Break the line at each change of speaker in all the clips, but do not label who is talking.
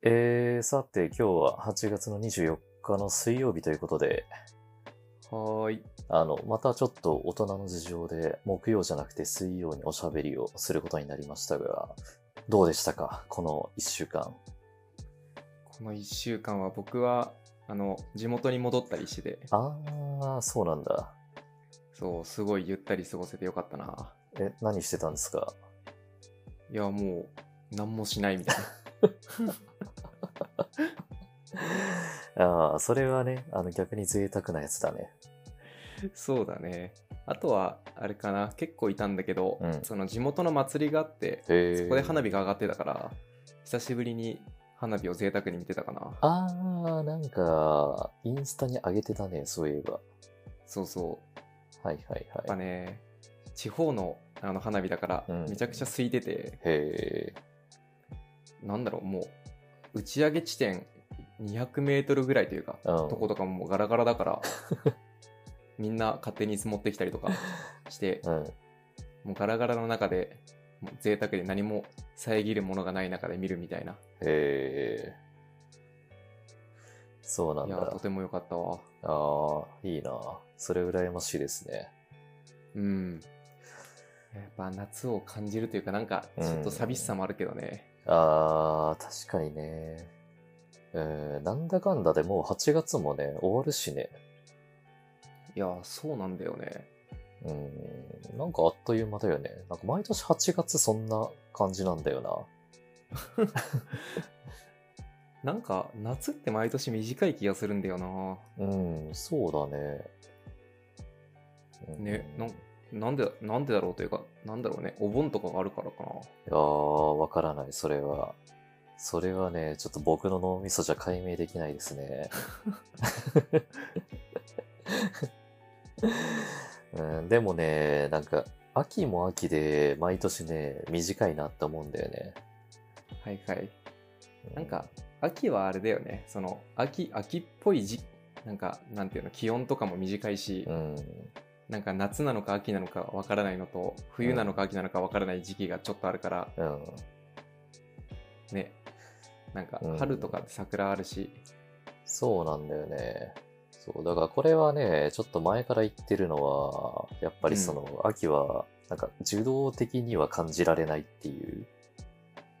えー、さて今日は8月の24日の水曜日ということで、
はーい。
あの、またちょっと大人の事情で木曜じゃなくて水曜におしゃべりをすることになりましたが、どうでしたかこの1週間。
この1週間は僕は、あの、地元に戻ったりしてて、
あー、そうなんだ。
そう、すごいゆったり過ごせてよかったな。
え、何してたんですか
いや、もう、何もしないみたいな。
あー、それはね、あの逆に贅沢なやつだね。
そうだね。あとは、あれかな、結構いたんだけど、
うん
その地元の祭りがあって、
へ
そこで花
火
火が上がってたから、久しぶりに花火を贅沢に見てたかな。
あー、なんか、インスタに上げてたね、そういえば。
そうそう。
はいはい
やっ
は
ぱ
い。
ね、地方のあの花火だから、
うん
めちゃくちゃ空いてて、
へ
なんだろう、もう、打ち上げ地点200メートルぐらいというか、
ー。うん
とことかもうガラガラだからみんな勝手に椅子持ってきたりとかして
うん。
もうガラガラの中でもう贅沢で何も遮るものがない中で見るみたいな
へえ。そうなん
い
だ。
やーとても良かったわ
ああ、いいな。それ羨ましいですね。
うんやっぱ夏を感じるというかなんかちょっと寂しさもあるけどね、
ああ、確かにね。うん、なんだかんだでもう8月もね、終わるしね。
いやーそうなんだよね
うん、なんかあっという間だよね。なんか毎年8月そんな感じなんだよな。
なんか夏って毎年短い気がするんだよな
うん、そうだね。うん
ねなんなんでなんでだろうというかなんだろうねお盆とかがあるからかない
やー、わからない、それは。それはね、ちょっと僕の脳みそじゃ解明できないですね。うん、でもね、なんか、秋も秋で、毎年ね、短いなって思うんだよね。
はいはい
うん
なんか、秋はあれだよねその秋秋っぽい時なんかなんていうの気温とかも短いし、
うん、
なんか夏なのか秋なのかわからないのと冬なのか秋なのかわからない時期がちょっとあるから
うん、
ねなんか
うん
春とかって桜あるし、
そうなんだよね。そう、だからこれはね、ちょっと前から言ってるのは、やっぱりその、秋は、なんか、受動的には感じられないっていう。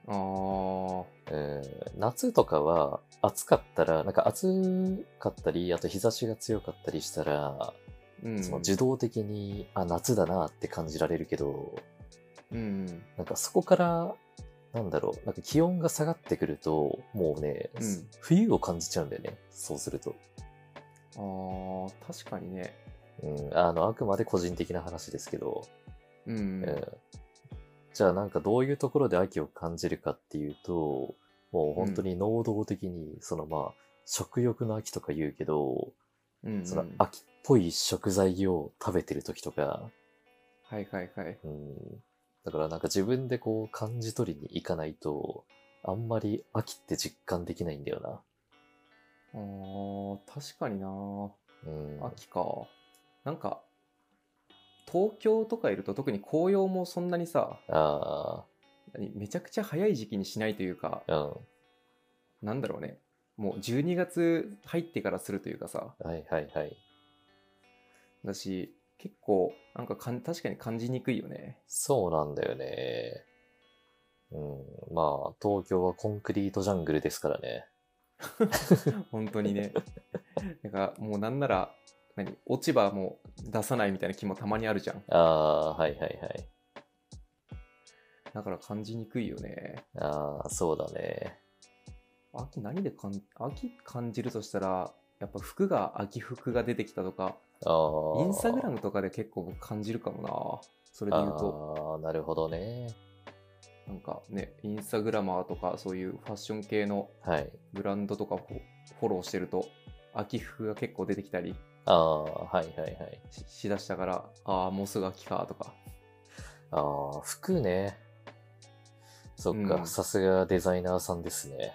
あー
うん夏とかは暑かったら、なんか暑かったり、あと日差しが強かったりしたら、
うん
その受動的に、あ、夏だなって感じられるけど、
うん
なんかそこから、なんだろう、なんか気温が下がってくると、もうね、
うん
冬を感じちゃうんだよね、そうすると。
あー確かにね
うん、あの、あくまで個人的な話ですけど、
うん、
うんじゃあなんかどういうところで秋を感じるかっていうと、もう本当に能動的に、そのまあ、食欲の秋とか言うけど、
うんうん
その秋っぽい食材を食べてる時とか、
はいはいはい
うん、だからなんか自分でこう感じ取りに行かないと、あんまり秋って実感できないんだよな。
あー確かにな
うん、
秋かなんか東京とかいると特に紅葉もそんなにさ
あ
何めちゃくちゃ早い時期にしないというか
あ、うん、
なんだろうねもう12月入ってからするというかさ
はいはいはい。
だし結構なんかかん確かに感じにくいよね
そうなんだよね。うん、まあ、東京はコンクリートジャングルですからね。
本当 にねなんかもうなんなら何落ち葉も出さないみたいな気もたまにあるじゃん
ああー、はいはいはい。
だから感じにくいよね
ああ、そうだね。
秋何でかん秋感じるとしたらやっぱ服が秋服が出てきたとか
ああ。
インスタグラムとかで結構僕感じるかもな。それで言うと、
ああ、なるほどね。
なんかね、インスタグラマーとか、そういうファッション系の
はい。
ブランドとかをフォローしてると、秋服が結構出てきたり
ああ、はいはいはい。
ししだしたから、ああ、もうすぐ秋かとか。
ああ、服ね。そっ
う
か、
ん
さすがデザイナーさんですね。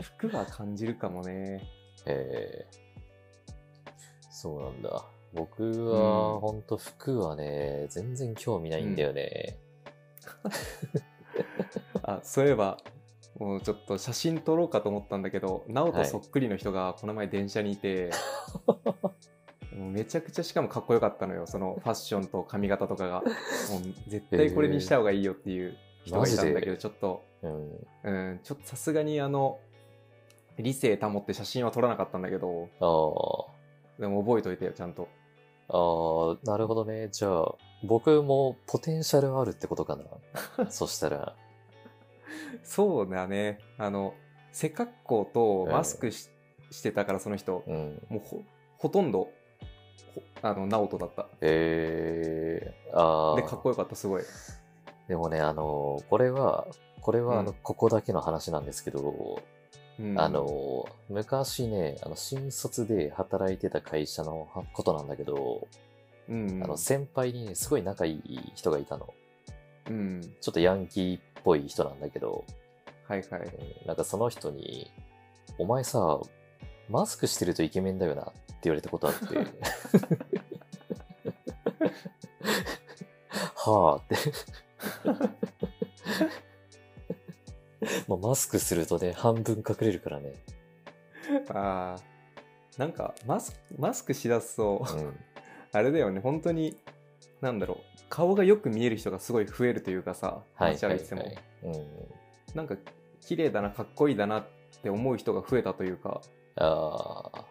服が感じるかもね。
えーそうなんだ。僕
う
は、
ん
ほんと服はね、全然興味ないんだよね。
あそういえばもうちょっと写真撮ろうかと思ったんだけど直人そっくりの人がこの前電車にいて、もうめちゃくちゃしかもかっこよかったのよそのファッションと髪型とかがもう絶対これにした方がいいよっていう人がいたんだけど、
マジで
ちょっと
うん。
うんちょっとさすがにあの理性保って写真は撮らなかったんだけど
ああ。
でも覚えといてよちゃんと
ああ、なるほどね。じゃあ、僕もポテンシャルあるってことか な。そしたら、
そうだねあの背格好とマスクし,、してたからその人
うん。
もうほほとんどほあの直人だった
ええああ。
でかっこよかったすごい
でもね、あのーこれは、これは、あの、
うん
ここだけの話なんですけど、
うん
あのー昔ね、あの、新卒で働いてた会社のはことなんだけど、
うん
あの、先輩にねすごい仲いい人がいたの。
うん
ちょっとヤンキーっぽい人なんだけど、
はいはい
うんなんかその人に、お前さ、マスクしてるとイケメンだよなって言われたことあって。 はあ って。まあマスクするとね、半分隠れるからね。
あーなんかマスマスクしだすと
うん。
あれだよね本当になんだろう顔がよく見える人がすごい増えるというかさ
はい、
街
はい、
歩
はいい
てても、。
うん。
なんか綺麗だなかっこいいだなって思う人が増えたというか
ああ、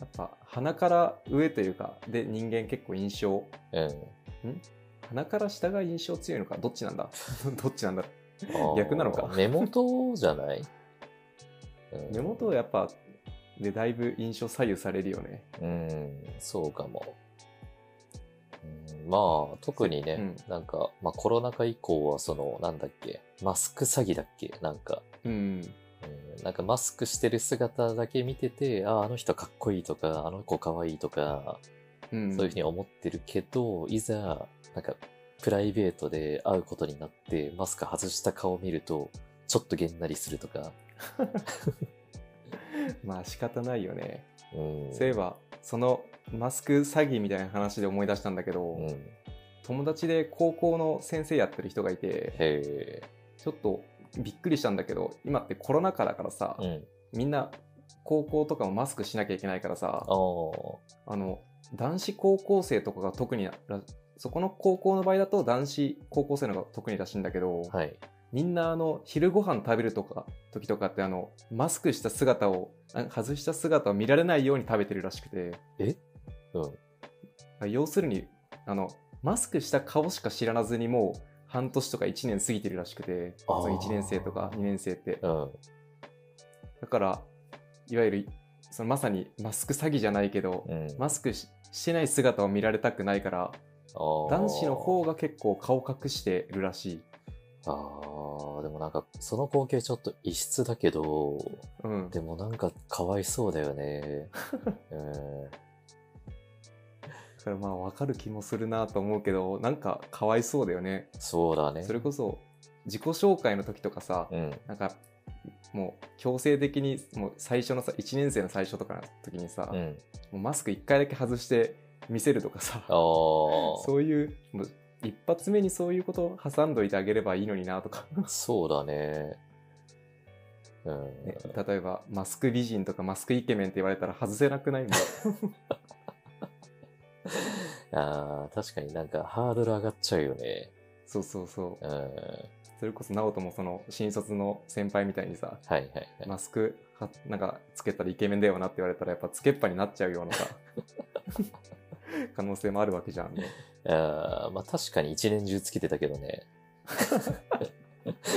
やっぱ鼻から上というかで人間結構印象
うん。
鼻から下が印象強いのかどっちなんだ どっちなんだ
あー
逆なのか
目元じゃない、うん
根元はやっぱでだいぶ印象左右されるよね
うん、そうかも。うんまあ、特にね、なんか、まあコロナ禍以降は、その、なんだっけ、マスク詐欺だっけなんか、
うん
うん、なんかマスクしてる姿だけ見てて、ああ、あの人かっこいいとか、あの子かわいいとか、
うん
そういうふうに思ってるけど、いざ、なんか、プライベートで会うことになって、マスク外した顔を見ると、ちょっとげんなりするとか、
まあ仕方ないよね、
うん。
そういえばそのマスク詐欺みたいな話で思い出したんだけど、
うん。へ
友達で高校の先生やってる人がいて
え。
ちょっとびっくりしたんだけど今ってコロナ禍だからさ、
うん。
みんな高校とかもマスクしなきゃいけないからさ
ああ。
あの男子高校生とかが特にらそこの高校の場合だと男子高校生の方が特にらしいんだけど、
はい。
みんなあの昼ご飯食べるとか時とかってあのマスクした姿をあ外した姿を見られないように食べてるらしくて
うん。
あ要するにあのマスクした顔しか知らずにもう半年とか1年過ぎてるらしくて
あー
そ1年生とか2年生って
うん。
だからいわゆるそのまさにマスク詐欺じゃないけど、
うん
マスクししてない姿を見られたくないから男
男
子の方が結構顔隠してるらしい。
あーでもなんかその光景ちょっと異質だけど
うん、
でもなんかかわいそうだよねうん
だからまあ分かる気もするなと思うけどなんかかわいそうだよね
そうだね
それこそ自己紹介の時とかさ
うん
なんかもう強制的にもう最初のさ1年生の最初とかの時にさ、
う
も
ん
うマスク1回だけ外して見せるとかさ
あー
そういうもう一発目にそういうことを挟んどいてあげればいいのになとか、
そうだねうん、
ね例えばマスク美人とかマスクイケメンって言われたら外せなくないもん
あー確かになんかハードル上がっちゃうよね
そうそうそう
うんはい
それこそ直人もその新卒の先輩みたいにさ
はいはい、
マスクはなんかつけたらイケメンだよなって言われたらやっぱつけっぱになっちゃうよ うなさ可能性もあるわけじゃんね
あーまあ確かに一年中つけてたけど ね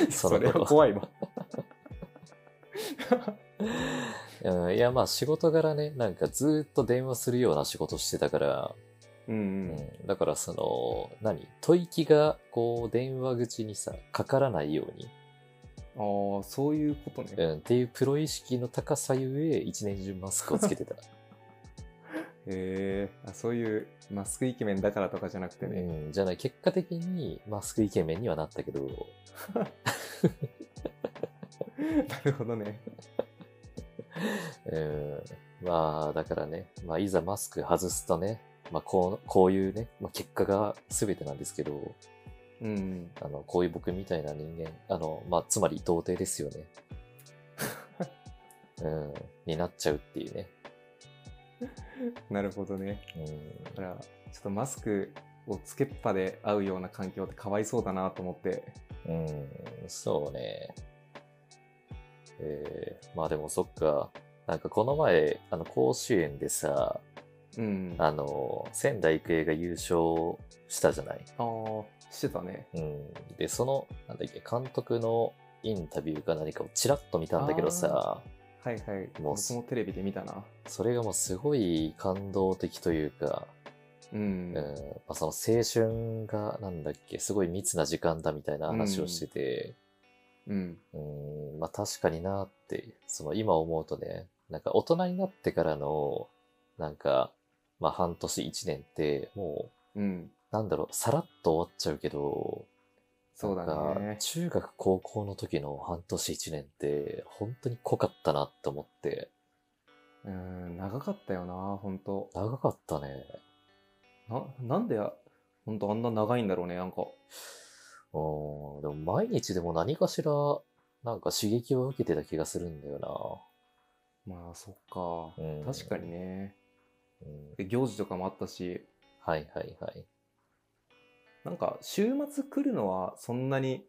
そ
の
れ
頃
は怖いわ
うん、いやまあ仕事柄ねなんかずーっと電話するような仕事してたから
うんうん
うん、だからその何吐息がこう電話口にさかからないように、
ああそういうこと
う
ね
ん、っていうプロ意識の高さゆえ一年中マスクをつけてた、
へえあそういうマスクイケメンだからとかじゃなくて
う
ね、
ん、じゃない結果的にマスクイケメンにはなったけど
なるほどね
うんまあだからね、まあ、いざマスク外すとね、まあ、こうこういうね、まあ、結果が全てなんですけど、
うん。
あの、こういう僕みたいな人間、あの、まあ、つまり童貞ですよね。うん、になっちゃうっていうね。
なるほどね。
うん
だから、ちょっとマスクをつけっぱで会うような環境ってかわいそうだなと思って。
うん、そうね。えー、まあでもそっか。なんかこの前、あの、甲子園でさ、
うん。あ
あの、仙台育英が優勝したじゃない。
あー、してたね。
うん。で、その、なんだっけ、監督のインタビューか何かをちらっと見たんだけどさ、
はいはい。
もう
僕もテレビで見たな。
それがもうすごい感動的というか、
うん。
うんまあ、その青春がなんだっけ、すごい密な時間だみたいな話をしてて、
うん。
うん、まあ確かになって、その今思うとね、なんか大人になってからの、なんか、まあ半年一年って、も
うん。
う、なんだろう、さらっと終わっちゃうけど、
そうだ
なん
ね
か。中学高校の時の半年一年って、本当に濃かったなって思って、
うん、長かったよな、本当
長かったね。
な、なんでや、本当あんな長いんだろうね、なんか。
うん、でも毎日でも何かしら、なんか刺激を受けてた気がするんだよ
まあ、そっか。
な。うん、
確かにね。
うん。
で行事とかもあったし、
はいはいはい。
なんか、週末来るのはそんなに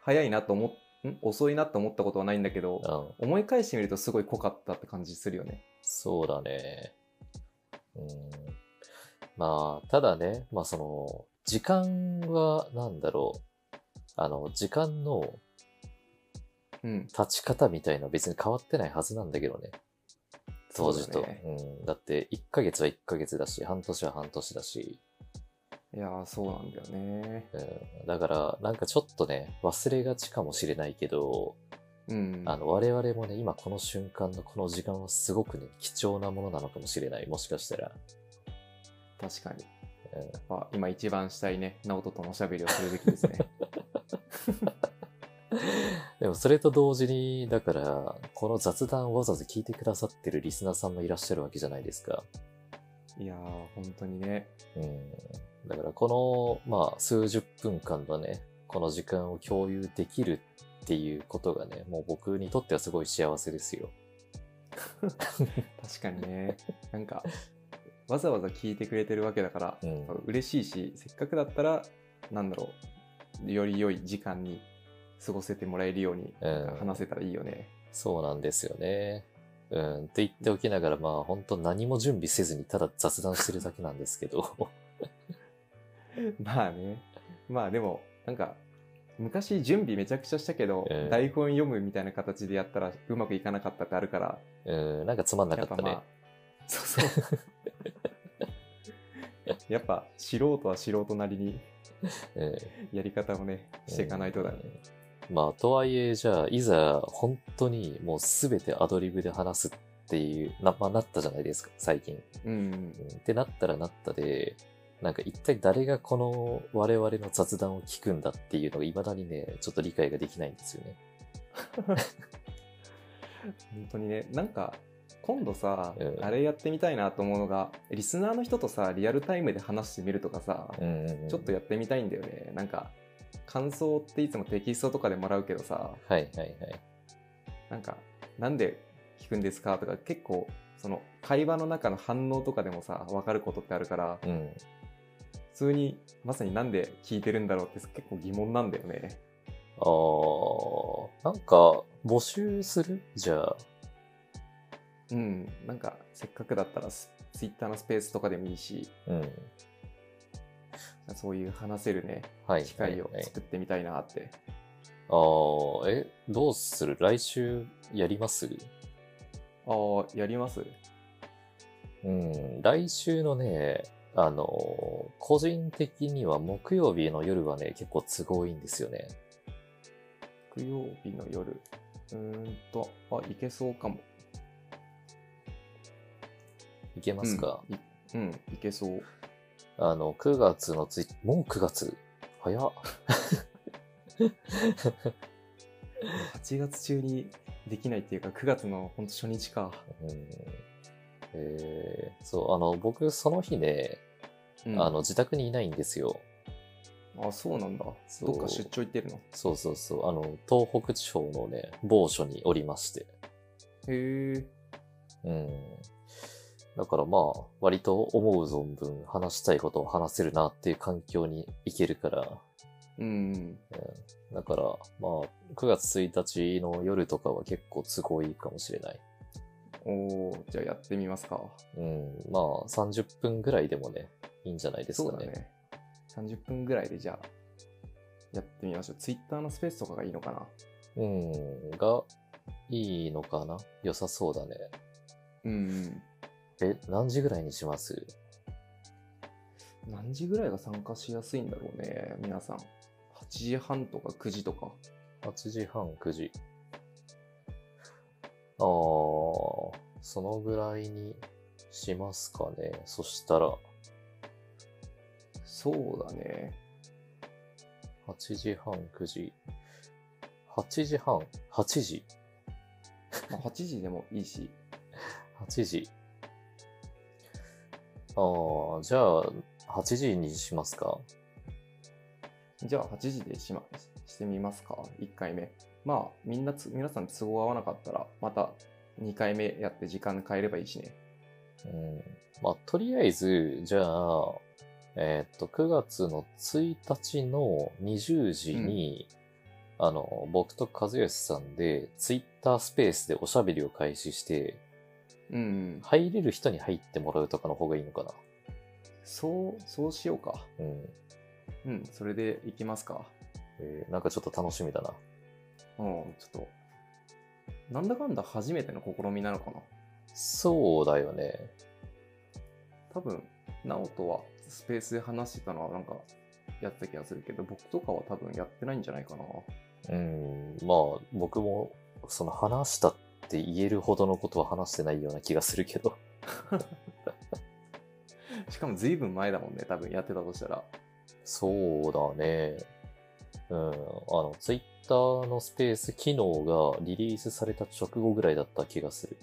早いなと思っ、ん遅いなと思ったことはないんだけど、
うん、
思い返してみるとすごい濃かったって感じするよね。
そうだね。うん。まあ、ただね、まあその、時間はなんだろう。あの、時間の
うん。
立ち方みたいな別に変わってないはずなんだけどね。当時
そ
と。
う
う
だね
ん。だって、1ヶ月は1ヶ月だし、半年は半年だし。
いやー、そうなんだよね。
うん。だから、なんかちょっとね、忘れがちかもしれないけど、
うん。
あの、我々もね、今この瞬間のこの時間はすごくね、貴重なものなのかもしれない。もしかしたら。
確かに。
うん
まあ、今一番したいね、直人とのおしゃべりをするべきですね。
でもそれと同時に、だから、この雑談をわざわざ聞いてくださってるリスナーさんもいらっしゃるわけじゃないですか。
いやー、本当にね。
うん。だからこの、まあ、数十分間のね、この時間を共有できるっていうことがね、もう僕にとってはすごい幸せです よ。
確かにねなんかわざわざ聞いてくれてるわけだから、
うん
嬉しいしせっかくだったらなんだろうより良い時間に過ごせてもらえるように、
うん
なんか話せたらいいよね
そうなんですよね。うん。って言っておきながら、まあ、本当何も準備せずにただ雑談してるだけなんですけど。
まあねまあでもなんか昔準備めちゃくちゃしたけど、
うん
台本読むみたいな形でやったらうまくいかなかったってあるから
うん、なんかつまんなかったね。
あそうそう やっぱ素人は素人なりに
うん。
やり方をねしていかないとだね、
うんまあ、とはいえ、じゃあ、いざ、本当にもうすべてアドリブで話すっていう、な、まあ、なったじゃないですか、最近。
うん
うんってなったらなったで、なんか一体誰がこの我々の雑談を聞くんだっていうのが未だにね、ちょっと理解ができないんですよね。
本当にねなんか今度さ、
うん
あれやってみたいなと思うのがリスナーの人とさリアルタイムで話してみるとかさ、
うん
ちょっとやってみたいんだよねなんか感想っていつもテキストとかでもらうけどさ
はいはいはい。
なんかなんで聞くんですかとか結構その会話の中の反応とかでもさ分かることってあるから
うん。
普通にまさになんで聞いてるんだろうって結構疑問なんだよね
あー、なんか、募集するじゃあ。
うんなんかせっかくだったらツイッターのスペースとかでもいいし
うん。
そういう話せるね
はい。
機会を
はいはい
作ってみたいなって。
あー、え、どうする来週やります
ああ、やります
うん、来週のね、あのー、個人的には木曜日の夜はね、結構都合いいんですよね。
木曜日の夜。うーんと、あ、いけそうかも。
いけますか、
うん、いうんいけそう。
あの、9月のツイもう9月早っ。
8月中にできないっていうか、9月のほんと初日か。
うんえーそう、あの、僕、その日ね、
うん
あの、、自宅にいないんですよ。
あ、そうなんだ。
そう
どっか出張行ってるの
そうそうそう、あの、東北地方のね、某所におりまして。
へえ。
うん。だからまあ、割と思う存分話したいことを話せるなっていう環境に行けるから、
うん。
だからまあ、9月1日の夜とかは結構都合いいかもしれない。
おーじゃあやってみますか。
うん、まあ30分ぐらいでもね、いいんじゃないです
そう
か
だ
ね。
ね。30分ぐらいでじゃあ、やってみましょう。Twitter のスペースとかがいいのかな
うん、が、いいのかな良さそうだね。
うん。
え、何時ぐらいにします
何時ぐらいが参加しやすいんだろうね、皆さん。8時半とか9時とか。
?8 時半、9時。あー、そのぐらいにしますかね。そしたら、
そうだね。
8時半、9時。8時半、8時、
まあ、8時でもいいし。
8時。あー、じゃあ、8時にしますか。
じゃあ8時でしま、してみますか。1回目。まあ、みんなつ、皆さん都合合わなかったら、また2回目やって時間変えればいいしね。
うんまあ、とりあえず、じゃあ、えーっと、9月の1日の20時に、あの、僕と和義さんで、ツイッタースペースでおしゃべりを開始して、
うんうん。
入れる人に入ってもらうとかの方がいいのかな。
そう、そうしようか。
うん。
うん、それでいきますか。
えーなんかちょっと楽しみだな。
うん、ちょっと。なんだかんだ初めての試みなのかな。
そうだよね。
多分、ナオとはスペースで話してたのはなんかやってた気がするけど、僕とかは多分やってないんじゃないかな。
うん。まあ、僕も、その話したって言えるほどのことは話してないような気がするけど。
しかも随分前だもんね、多分やってたとしたら。
そうだね。うん。あの、ツイッターのスペース機能がリリースされた直後ぐらいだった気がする。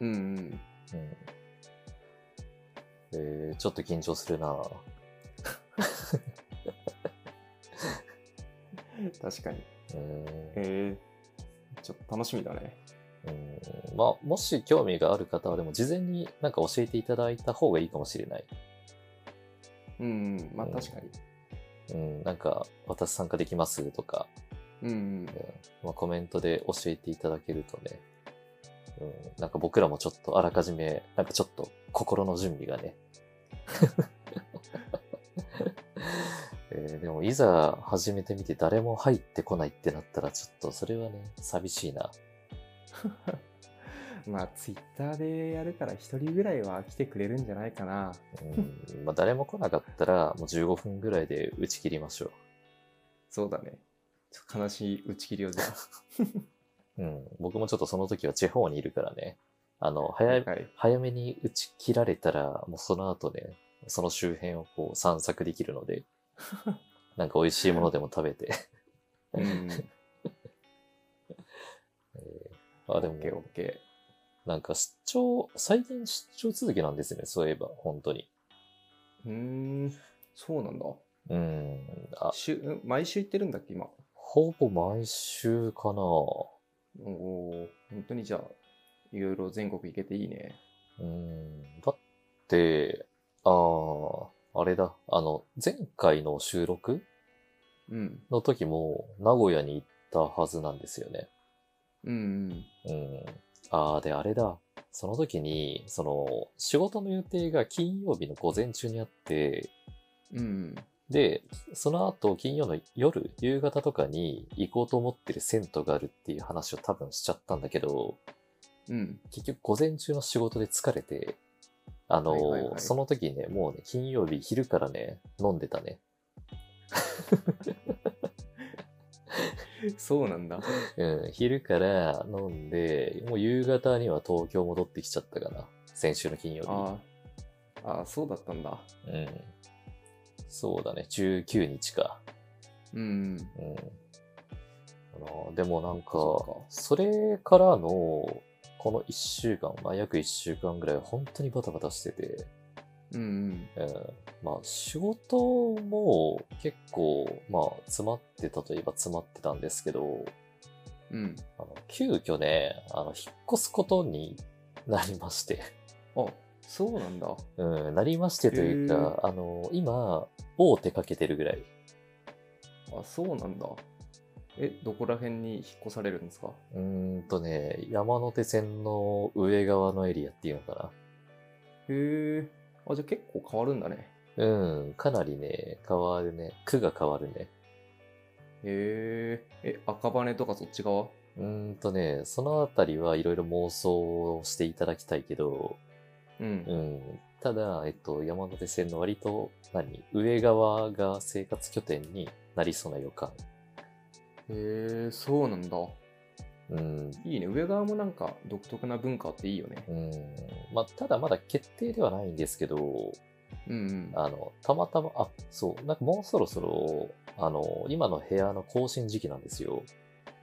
うんうん。
うん。えー、ちょっと緊張するな
確かに。
うん。
えー、ちょっと楽しみだね。
うん。まあ、もし興味がある方は、でも事前になんか教えていただいた方がいいかもしれない。
うん、うん、まあ
うん
確かに。
うん。なんか、私参加できますとか、
うん、うん。
まあ、コメントで教えていただけるとね。うん。なんか僕らもちょっとあらかじめ、なんかちょっと心の準備がね。 えーでもいざ始めてみて誰も入ってこないってなったらちょっとそれはね、寂しいな。
まあ、ツイッターでやるから一人ぐらいは来てくれるんじゃないかな。
うん。まあ誰も来なかったらもう15分ぐらいで打ち切りましょ
そうだね。ちょっと悲しい打ち切りをじゃあ。
う。うん。僕もちょっとその時は地方にいるからね。あの、早い、
はい。
早めに打ち切られたら、もうその後ね、その周辺をこう散策できるので、なんか美味しいものでも食べて。
うんうん。
あ、で
オ
も
ッ、ケーオッケ
なんか出張、最近出張続きなんですね、そういえば、本当に。
ー。うーん、そうなんだ。
うん、あ、
週ん毎週行ってるんだっけ、今。
ほぼ毎週かな。
おおー、本当にじゃあ、いろいろ全国行けていいね。
うん、だって、あー、あれだ、あの、前回の収録
うん。
の時も、名古屋に行ったはずなんですよね。
うんうん。
うん。ああ、で、あれだ。その時に、その、仕事の予定が金曜日の午前中にあって、
うん
で、その後、金曜の夜、夕方とかに行こうと思ってる銭湯があるっていう話を多分しちゃったんだけど、
うん。うん。
結局午前中の仕事で疲れて、あの、
はいはいはい
その時ね、もうね、金曜日昼からね、飲んでたね。
そうな んだ。
うん、昼から飲んで、もう夕方には東京戻ってきちゃったかな。先週の金曜日。
あーあー、そうだったんだ。
うん。そうだね、19日か。
うん。
うん。あのでもなんか、
そ
そ
っか
れからの、この1週間、まあ、約1週間ぐらい、本当にバタバタしてて、
ううんうん。
えーまあ、仕事も結構、まあ、詰まってたといえば詰まってたんですけど、
うん。
あの急遽ね、あの、引っ越すことになりまして、
あ、そうなんだ。
うん、なりましてという
へ
か、
ー
あの、今、大手かけてるぐらい。
あ、そうなんだ。え、どこら辺に引っ越されるんですか
うーんとね、山手線の上側のエリアっていうのか
へえ。あ、じゃあ結構変わるんだね。
な。うん、かなりね、変わるね。区が変わるね。
へえ。え、赤羽とかそっち側
うーんとね、そのあたりはいろいろ妄想をしていただきたいけど、
う。
うんん。ただ、えっと、山手線の割と、何上側が生活拠点になりそうな予感。
へえ、そうなんだ。
うん。
いいね。上側もなんか独特な文化あっていいよね
う。ん。まあ、ただまだ決定ではないんですけど、
うんうん。
あの、たまたま、あ、そう、なんかもうそろそろ、あの、今の部屋の更新時期なんですよ。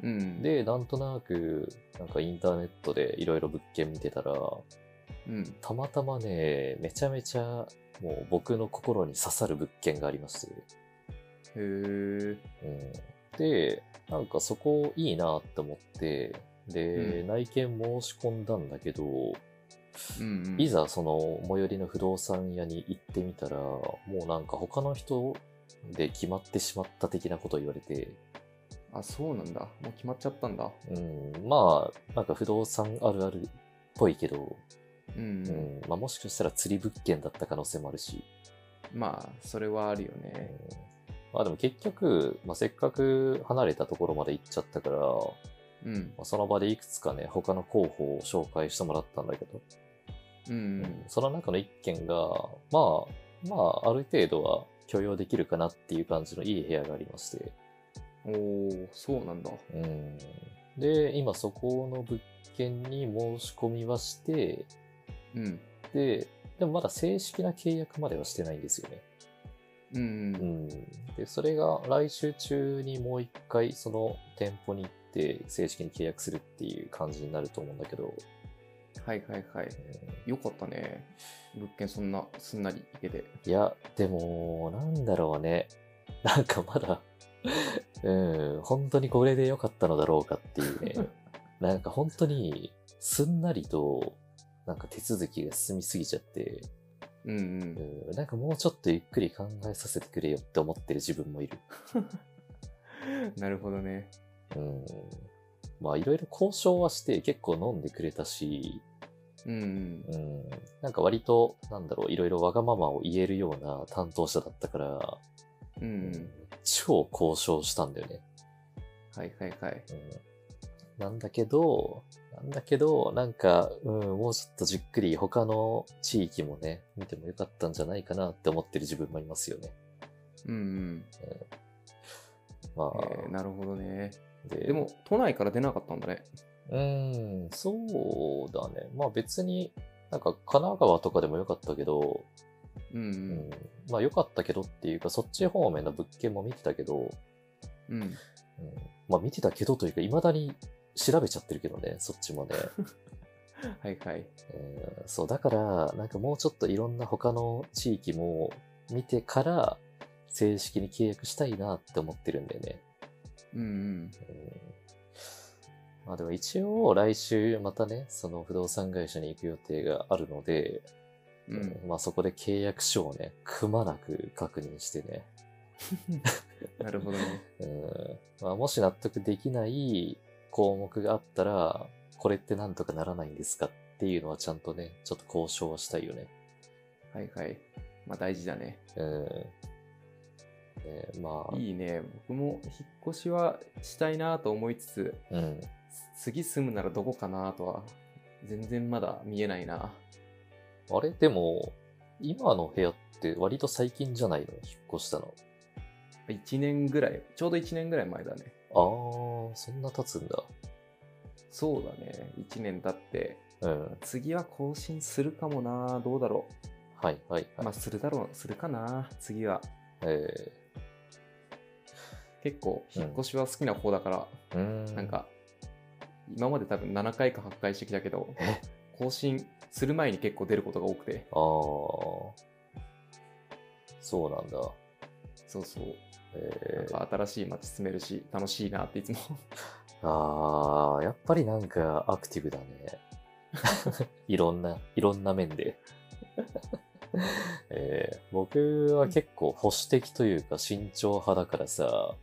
うん。、
で、なんとなく、なんかインターネットでいろいろ物件見てたら、
うん。
たまたまね、めちゃめちゃ、もう僕の心に刺さる物件がありまして。
へえ。
うん、で、なんかそこいいなって思って、で、
うん
内見申し込んだんだけど、
うん、うん。
い。ざその最寄りの不動産屋に行ってみたら、もうなんか他の人で決まってしまった的なこと言われて、
あ、そうなんだ。もう決まっちゃったんだ。
うん、まあ、なんか不動産あるあるっぽいけど、
う
う
ん、うんん。
まあ、もしかしたら釣り物件だった可能性もあるし、
まあ、それはあるよ
うん
ね。
まあでも結局、まあ、せっかく離れたところまで行っちゃったから、
うん。
まあその場でいくつかね、他の候補を紹介してもらったんだけど、
うん、うん。
その中の一件が、まあ、まあ、ある程度は許容できるかなっていう感じのいい部屋がありまして、
おー、そうなんだ。
うん。で、今そこの物件に申し込みはして、
うん。
で、でもまだ正式な契約まではしてないんですよね。
うん、うん。
うん。で、それが来週中にもう一回その店舗に行って正式に契約するっていう感じになると思うんだけど、
はいはいはい。
うん
よかったね。物件そんなすんなりいけて。
いや、でも、なんだろうね。 なんかまだ、 うん、本当にこれで良かったのだろうかっていうね。なんか本当に、すんなりと、なんか手続きが進みすぎちゃって、
うんうん。
うん、なんかもうちょっとゆっくり考えさせてくれよって思ってる自分もいる。
なるほどね。
うん。まあいろいろ交渉はして結構飲んでくれたし、
うんうん。
うん、なんか割と、なんだろう、いろいろわがままを言えるような担当者だったから、
うんうん。
超交渉したんだよね。
はいはいはい。
うんなんだけど、なんだけど、なんか、うん、もうちょっとじっくり他の地域もね、見てもよかったんじゃないかなって思ってる自分もいますよね。
うんうん。
まあ、
えー、なるほどね。
で
でも、都内から出なかったんだね。
うん、そうだね。まあ別に、なんか神奈川とかでもよかったけど、
うんう
うん
ん。
まあよかったけどっていうか、そっち方面の物件も見てたけど、
うん。
うん、まあ見てたけどというか、未だに調べちゃってるけどね、そっちもね。
はいはい。
えーそう、だから、なんかもうちょっといろんな他の地域も見てから、正式に契約したいなって思ってるんだよね。
うんうん。
うんまあでも一応来週またね、その不動産会社に行く予定があるので、
う
うんんまあそこで契約書をね、くまなく確認してね、
なるほどね。
うんまあ、もし納得できない項目があったら、これってなんとかならないんですかっていうのはちゃんとね、ちょっと交渉はしたいよね。
はいはい。まあ大事だね。
うん。ね、まあ、
いいね。僕も引っ越しはしたいなと思いつつ、
うん。
次住むならどこかなとは、全然まだ見えないな。
あれでも、今の部屋って割と最近じゃないの引っ越したの。
1年ぐらい、ちょうど1年ぐらい前だね。
ああ、そんな経つんだ。
そうだね。1年経って、
うん。
次は更新するかもなどうだろ
はいはいは
う。
い。
まあ、するだろう、するかな次は。
え
結構、
うん
引っ越しは好きな方だから、
ー、うーん。
なん。か、今まで多分7回か8回してきたけど
え、
更新する前に結構出ることが多くて、
ああ、そうなんだ。
そうそう。な
え
ん
ー、
か新しい街進めるし、楽しいなっていつも
あーやっぱりなんかアクティブだね。 いろんな、いろんな面で。 えー僕は結構保守的というか慎重派だからさ、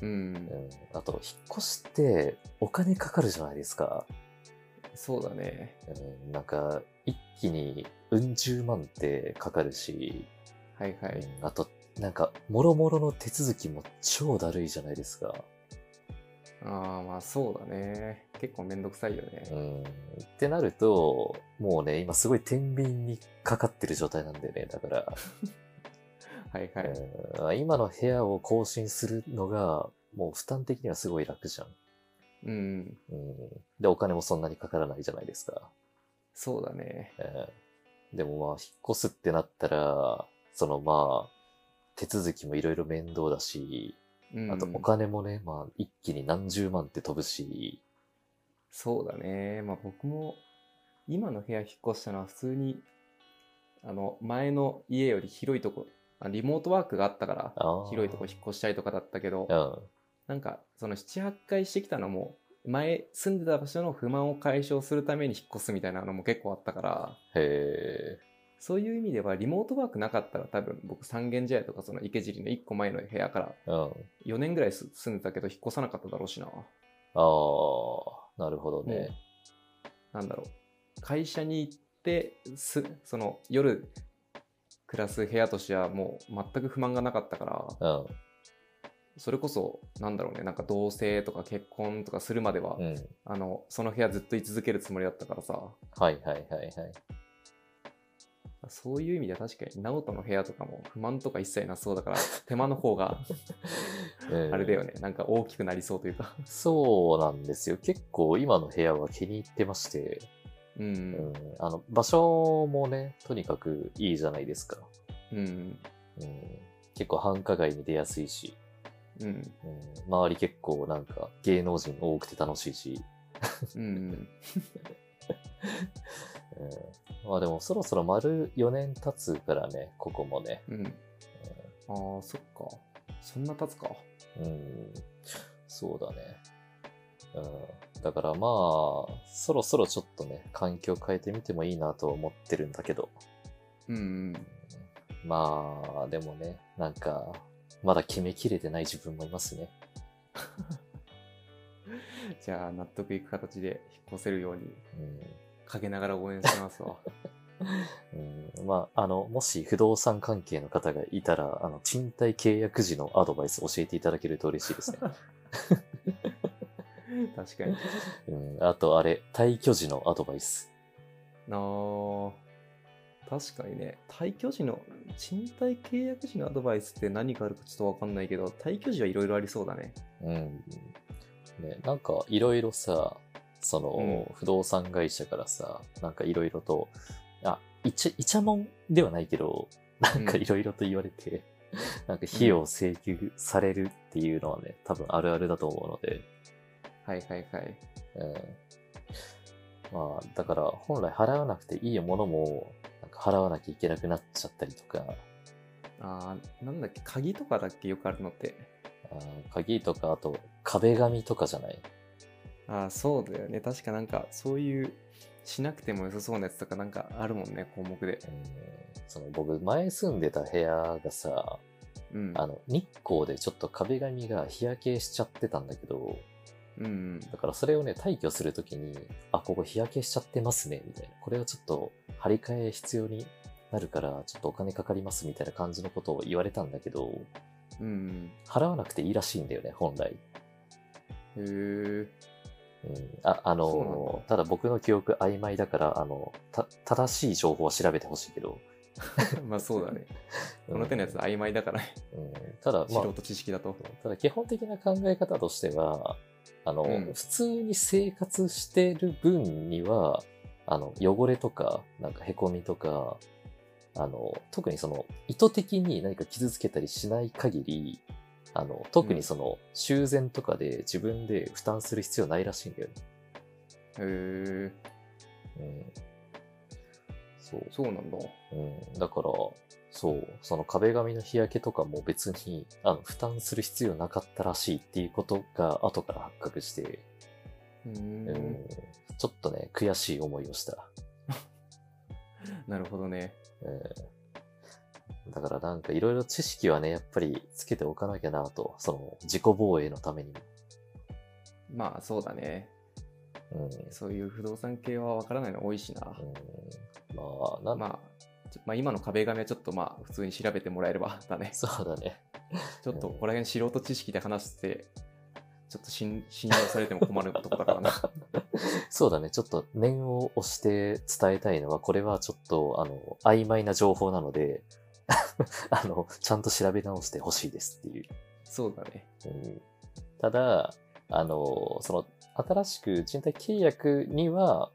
うん
う。ん、あと引っ越しってお金かかるじゃないですか。
そうだね。
うん、なんか一気にうん十万ってかかるし、
はいは
う
い。
んあとなんかもろもろの手続きも超だるいじゃないですか。
ああ、まあそうだね。結構めんどくさいよね
う。んってなると、もうね、今すごい天秤にかかってる状態なんだよね。だから、
はいはい。
うん今の部屋を更新するのが、もう負担的にはすごい楽じゃん。
うん。
うん、で、お金もそんなにかからないじゃないですか。
そうだね。
うん、でもまあ、引っ越すってなったら、そのまあ、手続きもいろいろ面倒だし、
うん。
あとお金もね、まあ、一気に何十万って飛ぶし、
そうだね。まあ僕も、今の部屋引っ越したのは普通に、あの、前の家より広いとこ、あリモートワークがあったから、
あー
広いとこ引っ越したいとかだったけど
う、ん。
なんか、その7、8回してきたのも、前住んでた場所の不満を解消するために引っ越すみたいなのも結構あったから、
へ
そういう意味ではリモートワークなかったら多分僕三軒茶屋とかその池尻の1個前の部屋から
え。うん。
4年ぐらいす住んでたけど引っ越さなかっただろうしな。
ああ、なるほどね。
なんだろう会社に行ってすその夜暮らす部屋としてはもう全く不満がなかったから
うん。
それこそなんだろうねなんか同棲とか結婚とかするまでは、
うん。
あのその部屋ずっと居続けるつもりだったからさ
はいはいはいはい。
そういう意味では確かに直人の部屋とかも不満とか一切なさそうだから手間の方 が
うん
あれだよねなんか大きくなりそうというか
そうなんですよ。結構今の部屋は気に入ってまして、う
う
んん、あの場所もね、とにかくいいじゃないですか。
うん
うん、結構繁華街に出やすいし、
うん
うん、周り結構なんか芸能人多くて楽しいし、
うん
うん、まあでもそろそろ丸4年経つからね、ここもね。
うんあーそっかそんな経つか
うん、そうだね。うん、だからまあ、そろそろちょっとね、環境変えてみてもいいなと思ってるんだけど。
うんうん
まあ、でもね、なんか、まだ決めきれてない自分もいますね。
じゃあ納得いく形で引っ越せるように
う
陰ながら応援してますわ
ん。うん、まあ、あの、もし不動産関係の方がいたら、あの、賃貸契約時のアドバイス教えていただけると嬉しいですね。
確かに
うん。あと、あれ、退去時のアドバイス。
なあ確かにね退去時の賃貸契約時のアドバイスって何があるかちょっと分かんないけど退去時はいろいろありそうだね
うん。ね、なんか、いろいろさ、その、
う
不動産会社からさ、なんかいろいろと、あ、いち、いちゃもんではないけど、なんかいろいろと言われて、なんか費用請求されるっていうのはね、多分あるあるだと思うので、
はいはいはい
うん。まあ、だから本来払わなくていいものも、なんか払わなきゃいけなくなっちゃったりとか、
あーなんだっけ鍵とかだっけよくあるのって
あー鍵とか、あと壁紙とかじゃない
ああそうだよね確かなんかそういうしなくても良さそうなやつとかなんかあるもんね項目で
うんその僕、前住んでた部屋がさ、
うん
あの、日光でちょっと壁紙が日焼けしちゃってたんだけど、
うんうん
だからそれをね、退去するときに、あ、ここ日焼けしちゃってますね、みたいな。これはちょっと張り替え必要になるから、ちょっとお金かかります、みたいな感じのことを言われたんだけど、
うん
払わなくていいらしいんだよね、本来。
うんへえ
うん、あ、あ
そうなん
のた
だ、
だ僕の記憶曖昧だから、あの、た、正しい情報は調べてほしいけど。
まあそうだね。
うん
この手のやつ曖昧だからね。
うん、ただ、まあ
素、人知識だと。
ただ基本的な考え方としては、あの、
うん
普通に生活してる分には、あの、汚れとか、なんか凹みとか、あの、特にその、意図的に何か傷つけたりしない限り、あの、特にその、修繕とかで自分で負担する必要ないらしいんだよね。
へえ、
うん。そう。
そうなんだ。
うん。だから、そう、その壁紙の日焼けとかも別に、あの、負担する必要なかったらしいっていうことが後から発覚して、う
う
んん、ちょっとね、悔しい思いをした。
なるほどね。
うん、だからなんかいろいろ知識はね、やっぱりつけておかなきゃなと、その自己防衛のためにも。
まあそうだね。
うん、
そういう不動産系はわからないの多いしな。
うん、まあ、なん
まあ、ちょまあ、今の壁紙はちょっとまあ普通に調べてもらえれば だね。
そうだね。
ちょっとここら辺素人知識で話して、ちょっと信 信用されても困るとこだからな。
そうだね。ちょっと念を押して伝えたいのは、これはちょっと、あの、曖昧な情報なので、 あの、ちゃんと調べ直してほしいですっていう。
そうだね。
うんただ、あの、その、新しく賃貸契約には、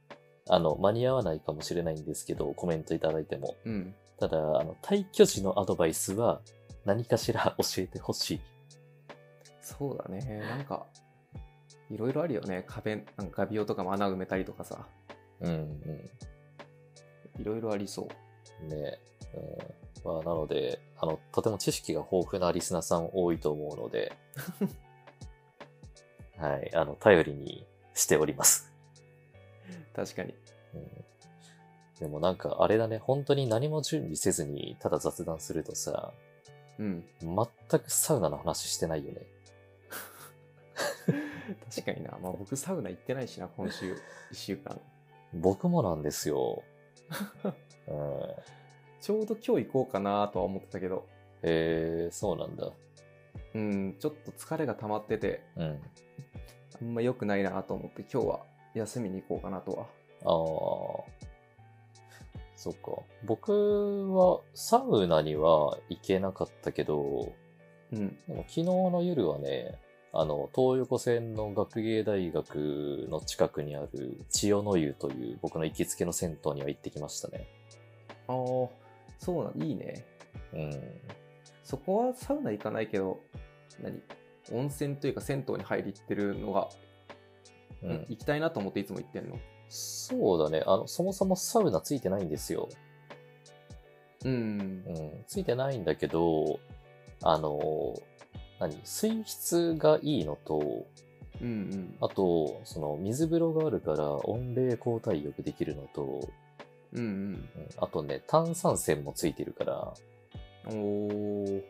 あの、間に合わないかもしれないんですけど、コメントいただいても。
うん。
ただ、あの、退去時のアドバイスは、何かしら教えてほしい。
そうだね。なんか、いろいろあるよね。壁、なんか画鋲とかも穴埋めたりとかさ。
うん、うん。
いろいろありそう。
ね、うんまあ、なのであのとても知識が豊富なリスナーさん多いと思うのではいあの頼りにしております、
確かに。
うんでもなんかあれだね本当に何も準備せずにただ雑談するとさ
うん。
全くサウナの話してないよね
確かにな。まあ僕サウナ行ってないしな、今週、1週 間。
僕もなんですよ、うん、
ちょうど今日行こうかなとは思ってたけど、
えー、そうなんだ
うん、ちょっと疲れが溜まってて、
うん
あんま良くないなと思って、今日は休みに行こうかなとは。
ああ。そっか。僕はサウナには行けなかったけど、
うん。
でも昨日の夜はね、あの、東横線の学芸大学の近くにある千代の湯という僕の行きつけの銭湯には行ってきましたね。
ああ、そうなん、いいね。
うん。
そこはサウナ行かないけど、何温泉というか銭湯に入り行ってるのが、
うん
行きたいなと思っていつも行ってんの。
そうだね。あの、そもそもサウナついてないんですよ。
うん
う。ん。ついてないんだけど、あの、何水質がいいのと、
うんうん。
あと、その水風呂があるから温冷交代浴できるのと、
うん
うんあとね、炭酸泉もついてるから、
うん。おー。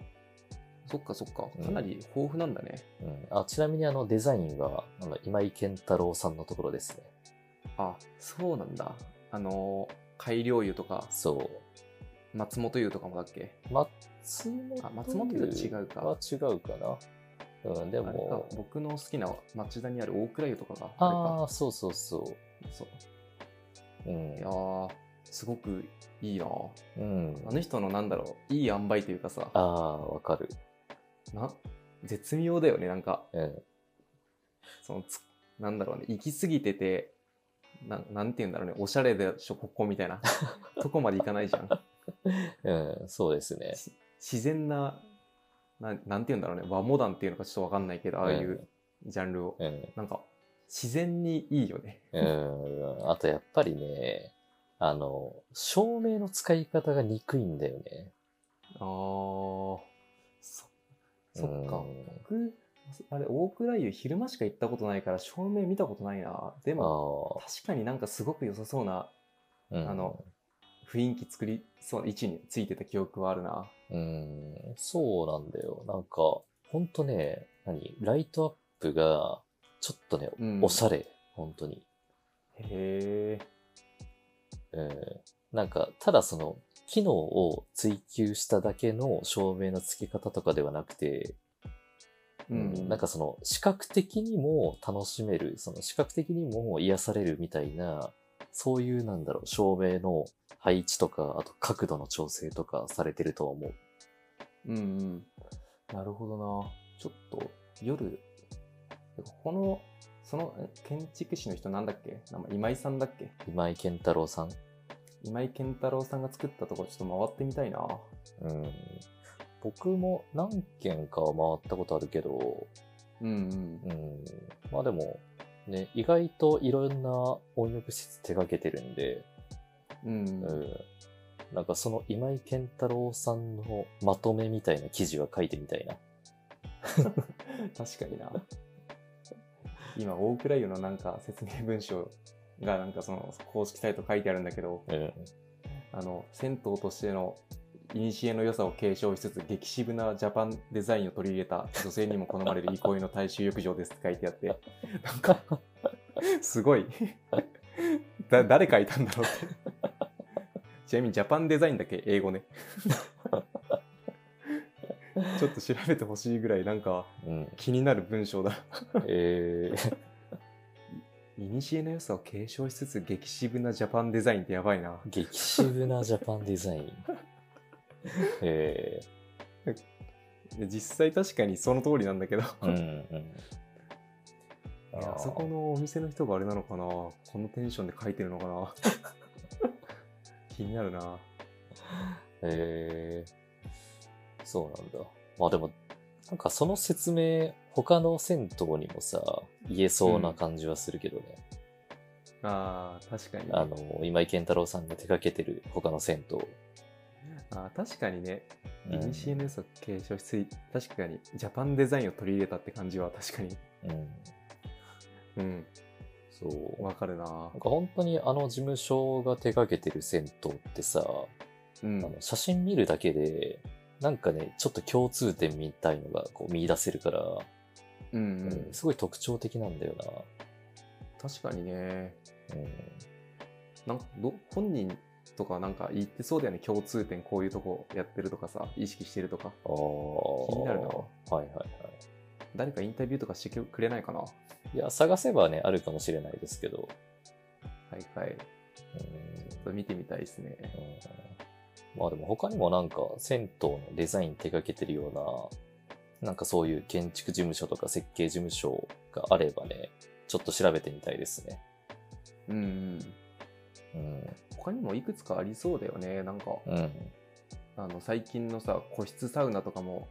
そっかそっか。かなり豊富なんだね。
うん、あちなみにあのデザインはあの今井健太郎さんのところですね。
あ、そうなんだ。あの、改良湯とか、
そ
松本湯とかもだっけ
う。松本
あ松本湯と違うか
は違うかな。うん、で
あれか
も、
僕の好きな町田にある大倉湯とかが
あ
あ
あ、そうそうそ
れかそう
う。うん
いや。ーすごくいいな
うん、
あの人のなんだろういい塩梅というかさ
ああ、わかる。
な絶妙だよねなんか
うん。
そのつなんだろうね行き過ぎててななんて言うんだろうねおしゃれでしょここみた いなとこまで行かないじゃん
うん、そうですね。
し自然なななんて言うんだろうね和モダンっていうのかちょっとわかんないけどああいうジャンルを、
うん。
なんか自然にいいよね
うん。あとやっぱりね、あの、照明の使い方が憎いんだよね。
あーそそっか、
うん
僕あれ大倉湯昼間しか行ったことないから照明見たことないなでも
あ
確かになんかすごく良さそうな
あ、うん
あの、雰囲気作りそうな位置についてた記憶はあるな
うん、そうなんだよ。なんか、ほんとね、何ライトアップが、ちょっとね、
うん
おしゃれ、本当に。
へえ
うん。なんか、ただその、機能を追求しただけの照明の付け方とかではなくて、うん、なんかその視覚的にも楽しめるその視覚的にも癒されるみたいなそういうなんだろう照明の配置とかあと角度の調整とかされてるとは思う
うんうんなるほどなちょっと夜このそのえ建築士の人なんだっけ名前今井さんだっけ
今井健太郎さん、
今井健太郎さんが作ったところちょっと回ってみたいな
うん、僕も何軒かは回ったことあるけど、
うんうん
うん、まあでも、ね、意外といろんな温浴施設手掛けてるんで、
うん
うんなんかその今井健太郎さんのまとめみたいな記事は書いてみたいな。
確かにな。今、大倉優のなんか説明文章がなんかその公式サイト書いてあるんだけど、
うん。
あの、銭湯としての古の良さを継承しつつ、激渋なジャパンデザインを取り入れた女性にも好まれる憩いの大衆浴場ですって書いてあ って、 なんか、すごい。だ誰書いたんだろうって。ちなみにジャパンデザインだけ英語ね。ちょっと調べてほしいぐらいなんか
うん。
気になる文章だ。
えー、
古の良さを継承しつつ激渋なジャパンデザインってやばいな。
激渋なジャパンデザイ ン。え
で実際確かにその通りなんだけど、
ー、うんうん。
いやあそこのお店の人があれなのかなこのテンションで書いてるのかな 気になるな
へえそうなんだ。まあでも、なんかその説明、他の銭湯にもさ、言えそうな感じはするけどね。
あー確かに
あの、今井健太郎さんが手掛けてる他の銭湯。
あー確かにね
う
イ
ん
ニシエの良さを継承しつい確かにジャパンデザインを取り入れたって感じは確かに
うん。
うん
そう。
わかるな
なんか本当にあの事務所が手掛けてる銭湯ってさ、
うん
あの写真見るだけで、なんかね、ちょっと共通点みたいのがこう見出せるから、う
うん、う
ん
ん、
すごい特徴的なんだよ
確かにね
な。うん。
なんかど本人とかなんか言ってそうだよね共通点こういうとこやってるとかさ意識してるとか
あー
気になるな
はいはいはい。
誰かインタビューとかしてくれないかなはい
や、探せばね、あるかもしれないですけど。
いはい
うん
ちょっと見てみたいですね
うんまあでも他にもなんか、銭湯のデザイン手掛けてるような、なんかそういう建築事務所とか設計事務所があればね、ちょっと調べてみたいですね。
うんうん
うん。
他にもいくつかありそうだよねなんか
うん。
あの最近のさ個室サウナとかも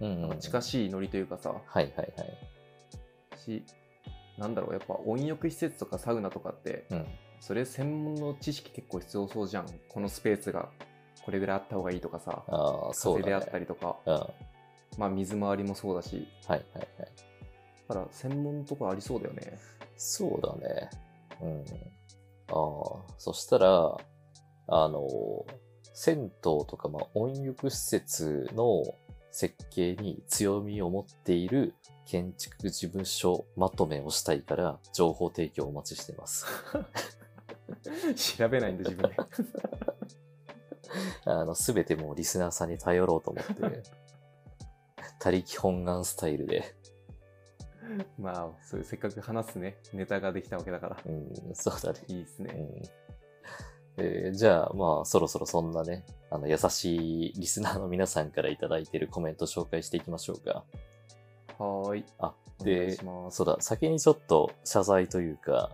うん、
なんか近
い。
しいノリというかさ、
はいはいはい。
しなんだろうやっぱ温浴施設とかサウナとかって
うん。
それ専門の知識結構必要そうじゃんこのスペースがこれぐらいあった方がいいとかさ
ああ、そう
風であ
だ
っ
ね。
たりとか、
うん。は
まあ水回りもそうだし
いはいはい。
だから専門とかありそうだよね
そうだね。うん。ああ、そしたら、あの、銭湯とか、まあ、温浴施設の設計に強みを持っている建築事務所まとめをしたいから、情報提供お待ちしてます。
調べないんだ自分で
あの、すべてもうリスナーさんに頼ろうと思って、他力本願スタイルで、
まあそれせっかく話すねネタができたわけだから
うん、そうだね。
いいです
う
ね
んえーじゃあ、まあ、そろそろそんなね、あの、優しいリスナーの皆さんからいただいているコメント紹介していきましょうか。
はーい
あ、
お願い
で
し、ます
そうだ、先にちょっと謝罪というか、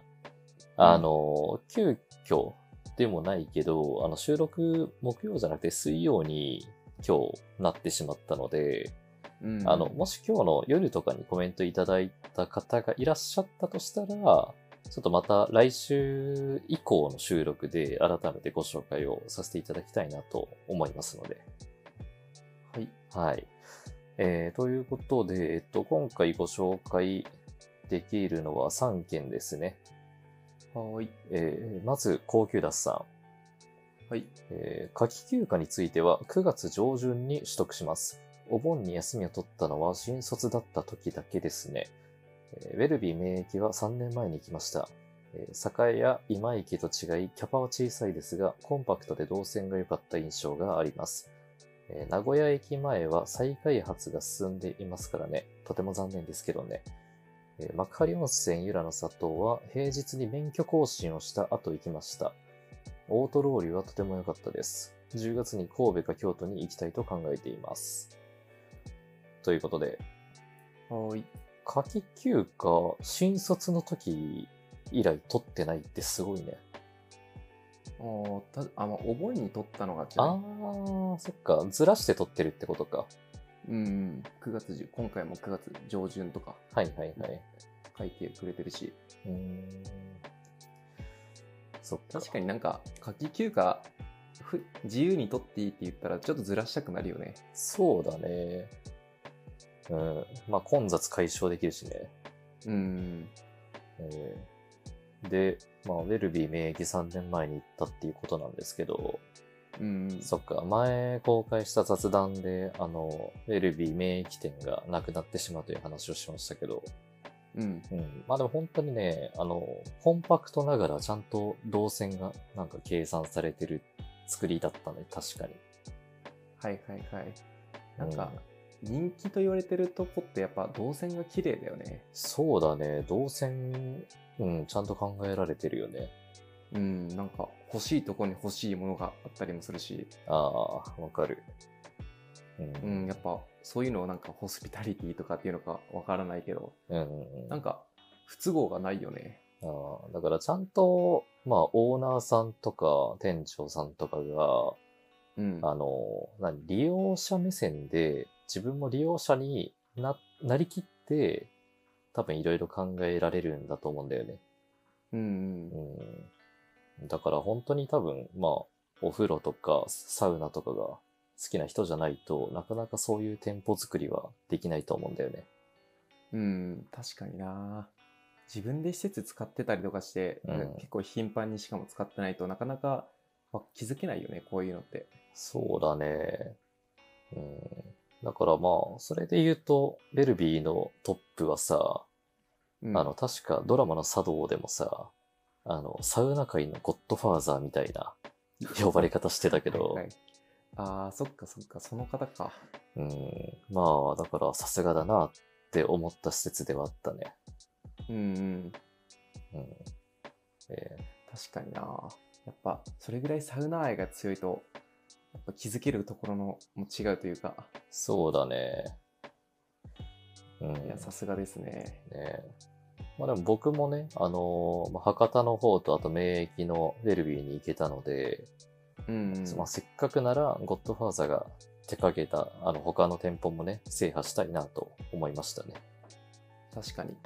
あの、急遽でもないけど、あの、収録木曜じゃなくて水曜に今日なってしまったので、
うん
あの、もし今日の夜とかにコメントいただいた方がいらっしゃったとしたら、ちょっとまた来週以降の収録で改めてご紹介をさせていただきたいなと思いますので。
はい
はい。えーということで、えっと、今回ご紹介できるのは3件ですね。
はーい
えーまず、高級ダスさ
はい
ん。えー夏季休暇については9月上旬に取得します。お盆に休みを取ったのは新卒だった時だけですね。えーウェルビー免疫は3年前に行きました。えー栄や今池と違い、キャパは小さいですが、コンパクトで動線が良かった印象があります。えー名古屋駅前は再開発が進んでいますからね、とても残念ですけどね。えー幕張温泉ゆらの里は平日に免許更新をした後行きました。オートローリーはとても良かったです。10月に神戸か京都に行きたいと考えています。ということで、
はーい
夏季休暇、新卒の時以来取ってないってすごいね。
あーたあまあお盆に取ったのがじゃ
あ
あ
ー、そっか。ずらして取ってるってことか。
うんうん、9月10今回も9月上旬とか
はいはいはい。
書いてくれてるし
うーん。そっか。
確かになんか夏季休暇ふ自由に撮っていいって言ったらちょっとずらしたくなるよね
そうだね。うん。まあ、混雑解消できるしね。
うん
うん、で、まあ、ウェルビー名義3年前に行ったっていうことなんですけど、
うん
そっか、前公開した雑談で、あの、ウェルビー名義店がなくなってしまうという話をしましたけど、
うん
うん。まあでも本当にね、あの、コンパクトながらちゃんと動線がなんか計算されてる作りだったね、確かに。
はいはいはいなんか、人気と言われてるとこってやっぱ動線が綺麗だよね
そうだね、動線、うん、ちゃんと考えられてるよね。
うんなんか欲しいとこに欲しいものがあったりもするし、
ああ、わかる。
う
うん
ん、やっぱそういうのをなんかホスピタリティとかっていうのかわからないけど
うんうんうん
なんか不都合がないよね
あーだからちゃんと、まあ、オーナーさんとか店長さんとか
うん
が、あの、何、利用者目線で、自分も利用者にな、なりきって、多分いろいろ考えられるんだと思うんだよね。
うんうん
うん。だから本当に多分、まあ、お風呂とかサウナとかが好きな人じゃないとなかなかそういう店舗作りはできないと思うんだよね。
うん、確かにな自分で施設使ってたりとかして、
うん
結構頻繁にしかも使ってないとなかなか、まあ気づけないよねこういうのって
そうだね。うん。だからまあ、それで言うと、ベルビーのトップはさ、
うん
あの、確かドラマの茶道でもさ、あの、サウナ界のゴッドファーザーみたい な呼ばれ方してたけど、
はいはいあーそっかそっかその方か
うん。まあ、だからさすがだなって思った施設ではあったね。
うんうん
うん。え
確かになやっぱそれぐらいサウナ愛が強いとやっぱ気づけるところのも違うというか
ーそうだね。うん。
いやさすがですね
ね。まあでも僕もね、あのーまあ博多の方とあと名駅のウェルビーに行けたので、
うん、うん、
まあせっかくならゴッドファーザーが手掛けたあの他の店舗もね、制覇したいなと思いましたね。
確かに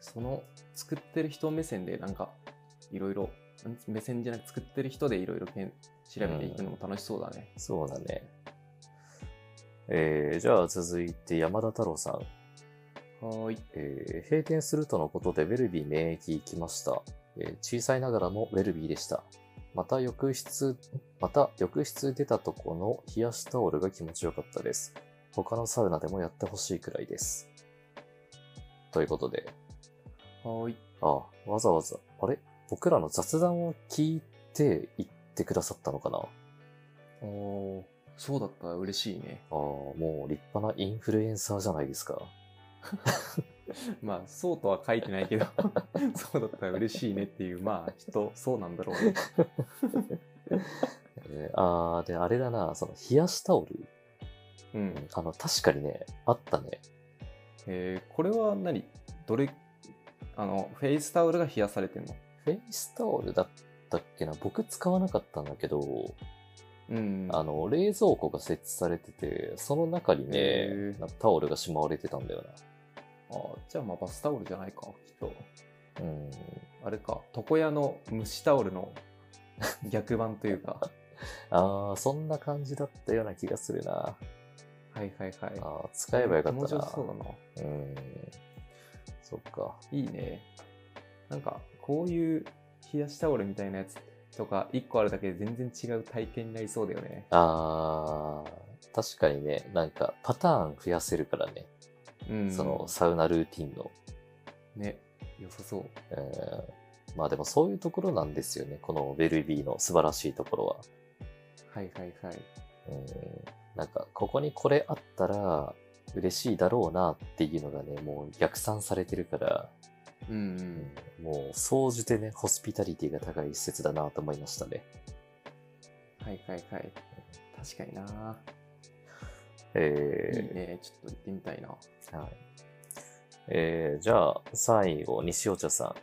その作ってる人目線でなんかいろいろ目線じゃなく作ってる人でいろいろ調べていくのも楽しそうだね、
そうだね。えーじゃあ続いて山田太郎さん。
はーい
えー閉店するとのことでウェルビー免疫行きました、えー小さいながらもウェルビーでした。また浴室、また浴室出たとこの冷やしタオルが気持ちよかったです。他のサウナでもやってほしいくらいです。ということで、
はーい
あ、わざわざ、あれ僕らの雑談を聞いて行ってくださったのかな
おーそうだったら嬉しいね
ああ、もう立派なインフルエンサーじゃないですか。
まあそうとは書いてないけど そうだったら嬉しいねっていうまあきっとそうなんだろうね
えーああ、で、あれだな、その冷やしタオル。
うん
あの、確かにね、あったね。
えーこれは何どれあのフェイスタオルが冷やされてんの
フェイスタオルだったっけな僕使わなかったんだけど、
うん
あの、冷蔵庫が設置されてて、その中にね
へー、
なんかタオルがしまわれてたんだよ
あーじゃあまあバスタオルじゃないかきっと
な。うん。
あれか床屋の蒸しタオルの 逆版というか
ああ、そんな感じだったような気がするな。
はいはいは
あ
い
ー使えばよかっ
気持ち
た
よ
な
さ。そうだな
うん。そっか。
いいねなんかこういう冷やしタオルみたいなやつとか1個あるだけで全然違う体験になりそうだよね
あー、確かにね、なんかパターン増やせるからね。
うん
そのサウナルーティンの。
ね良さそう
うんまあでもそういうところなんですよね。このベルビーの素晴らしいところは。
はいはいはい
うん、なんか、ここにこれあったら嬉しいだろうなっていうのがね、もう逆算されてるから、
うん、
う
う、
んんもう総じてね、ホスピタリティが高い施設だなと思いましたね。
はいはいはい確かにな、いい
え
ねちょっと行ってみたいなは
ーはいえーじゃあ、最後、西尾茶さ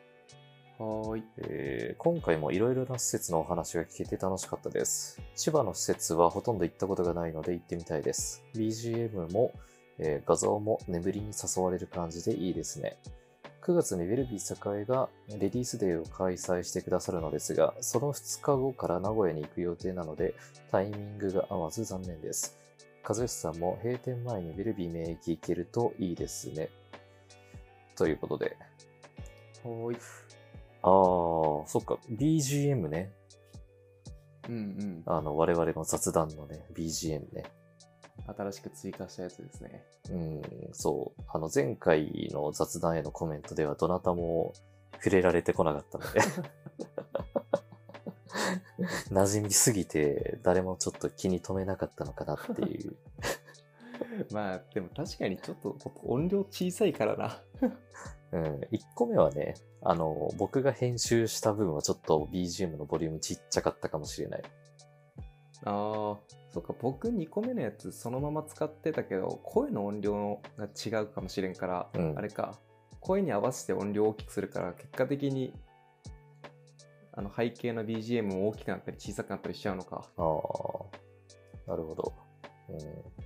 ん。
ーい
えー今回もいろいろな施設のお話が聞けて楽しかったです。千葉の施設はほとんど行ったことがないので行ってみたいです。BGM も、えー画像も眠りに誘われる感じでいいですね。 9月にウェルビー栄がレディースデーを開催してくださるのですが、その2日後から名古屋に行く予定なので、タイミングが合わず残念です。和義さんも閉店前にウェルビー名駅行けるといいですね。ということで。
はい。
あー、そっか、BGM ね。
うん
あの、我々の雑談のね、BGM ね。
うん。新しく追加したやつですね。
うん、そう。あの、前回の雑談へのコメントでは、どなたも触れられてこなかったので。馴染みすぎて、誰もちょっと気に留めなかったのかなっていう。
まあ、でも確かにちょっと音量小さいからな。
うん、1個目はね、あの、僕が編集した分はちょっと BGM のボリュームちっちゃかったかもしれない。
ああ、そっか、僕2個目のやつそのまま使ってたけど、声の音量が違うかもしれんから、
うん
あれか、声に合わせて音量を大きくするから、結果的に、あの背景の BGM も大きくなったり小さくなったりしちゃうのか。
ああ、なるほど。うん、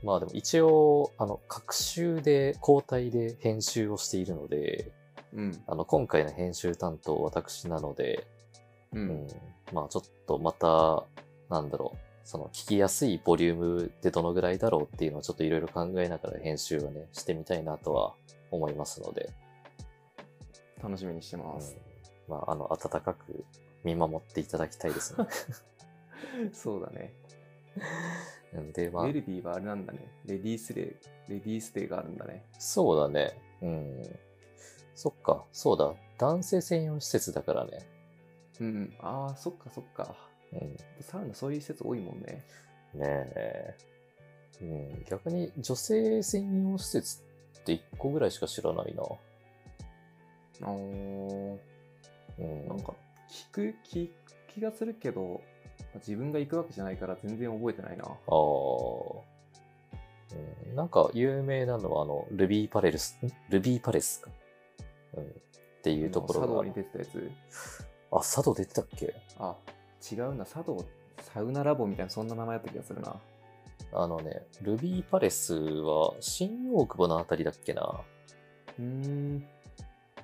まあでも一応、あの、各週で交代で編集をしているので、
うん。
あの、今回の編集担当私なので、う
う。
んん、まあちょっとまた、なんだろう、その聞きやすいボリュームでどのぐらいだろうっていうのをちょっといろいろ考えながら編集をね、してみたいなとは思いますので、
楽しみにして
うん
ます。
まああの、温かく見守っていただきたいですね。
そうだね。
うんで、
ウ
まあ
ェ、ルビーはあれなんだね。レディースデー、レディースデーがあるんだね。
そうだね。うん。そっか、そうだ。男性専用施設だからね。
うん。ああ、そっかそっか。
うん。
サウナそういう施設多いもんね。
ねえ。うん、逆に女性専用施設って1個ぐらいしか知らないな。
ああ。
うん。
なんか聞く気気がするけど自分が行くわけじゃないから全然覚えてないな
ああ。うん、なんか有名なのは、あの、ルビーパレス、んルビーパレスか。うん。っていうとこ
あの茶道
ろ
に
が。
出てたやつ
あ、佐渡出てたっけ
あ違うな茶道サウナラボみたいなそんな名前だった気がするな
あのね、ルビーパレスは新大久保のあたりだっけな。
うーん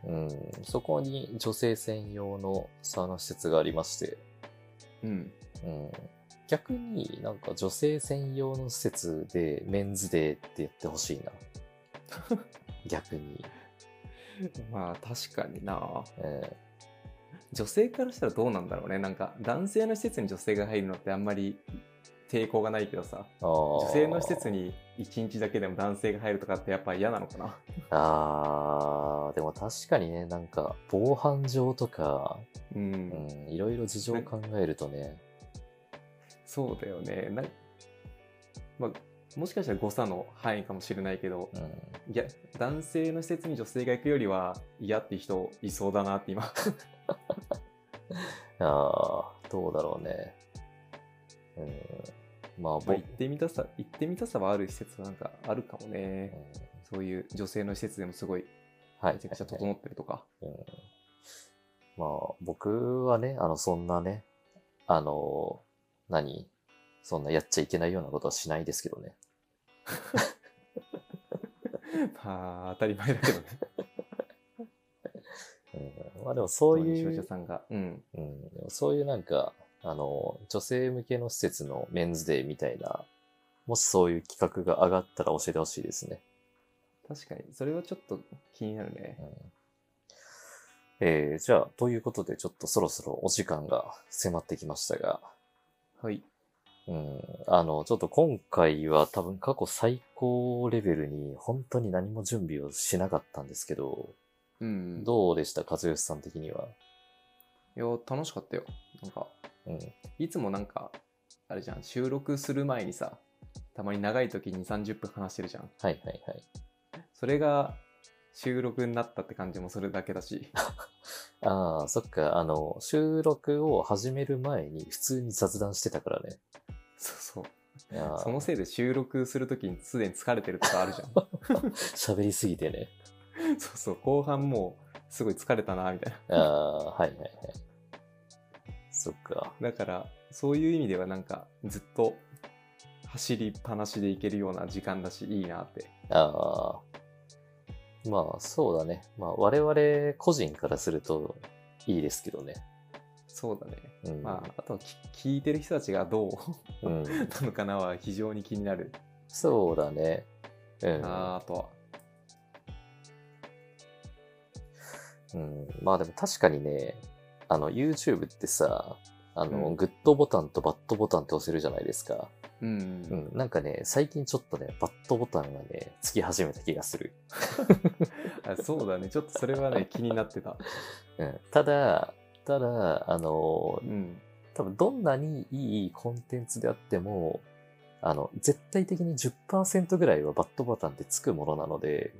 うん。そこに女性専用のサウナ施設がありまして。
うん
うん。逆になんか女性専用の施設でメンズデーってやってほしい な。逆に。
まあ確かにな
え
女性からしたらどうなんだろうねなんか男性の施設に女性が入るのってあんまり抵抗がないけどさ
ー、女
女性の施設に1日だけでも男性が入るとかってやっぱ嫌なのかな
あー、でも確かにね、なんか、防犯上とか、
う
うんん、いろいろ事情を考えるとね、
そうだよね。なまあ、もしかしたら誤差の範囲かもしれないけど、
うん、
いや、男性の施設に女性が行くよりは嫌って人いそうだなって今。
あー、どうだろうね。うん、まあ、
まあ
ぼ
行ってみたさ、行ってみたさはある施設はなんかあるかもね
う。ん
そういう女性の施設でもすごい
はい
めちゃくちゃ整ってるとか。
うんまあ、僕はね、あの、そんなね、あの、何そんなやっちゃいけないようなことはしないですけどね。
まあ、当たり前だけどね。
うん、まあでも そうい
少
う
女、さんが。うん。
うん、でもそういうなんか、あの、女性向けの施設のメンズデーみたいな、もしそういう企画が上がったら教えてほしいですね。
確かに。それはちょっと気になるね
うん。えー、じゃあ、ということで、ちょっとそろそろお時間が迫ってきましたが、
はい。
うん、あの、ちょっと今回は多分過去最高レベルに本当に何も準備をしなかったんですけど、
うん。
どうでした和義さん的には。
いや、楽しかったよ。なんか、
うん。
いつもなんか、あれじゃん、収録する前にさ、たまに長い時に30分話してるじゃん。
はいはいはい。
それが収録になったって感じもするだけだし。
ああ、そっか、あの、収録を始める前に普通に雑談してたからね。
そう
いや
そう。
ー
そのせいで収録する時にすでに疲れてるとかあるじゃん。
喋りすぎてね。
そうそう。後半もうすごい疲れたな、みたい
ああ、はいはいはい。そっか。
な。だから、そういう意味ではなんか、ずっと走りっぱなしでいけるような時間だし、いいなって。
ああ。まあ、そうだね。まあ、我々個人からするといいですけどね。
そうだね。
うん。
まあ、あとはき聞いてる人たちがどう
うん、
なのかなは非常に気になる
そうだね。うん。
なあとは。
うん、まあでも確かにね、あの YouTube ってさ、あの、
うん
グッドボタンとバッドボタンって押せるじゃないですか。
うん
う。ん、なんかね、最近ちょっとね、バッドボタンがね、つき始めた気がする。
あそうだね。ちょっとそれはね、気になってた。
うん、ただ、ただ、あの
う、ん。
多分どんなにいいコンテンツであっても、あの、絶対的に10%ぐらいはバッドボタンってつくものなので、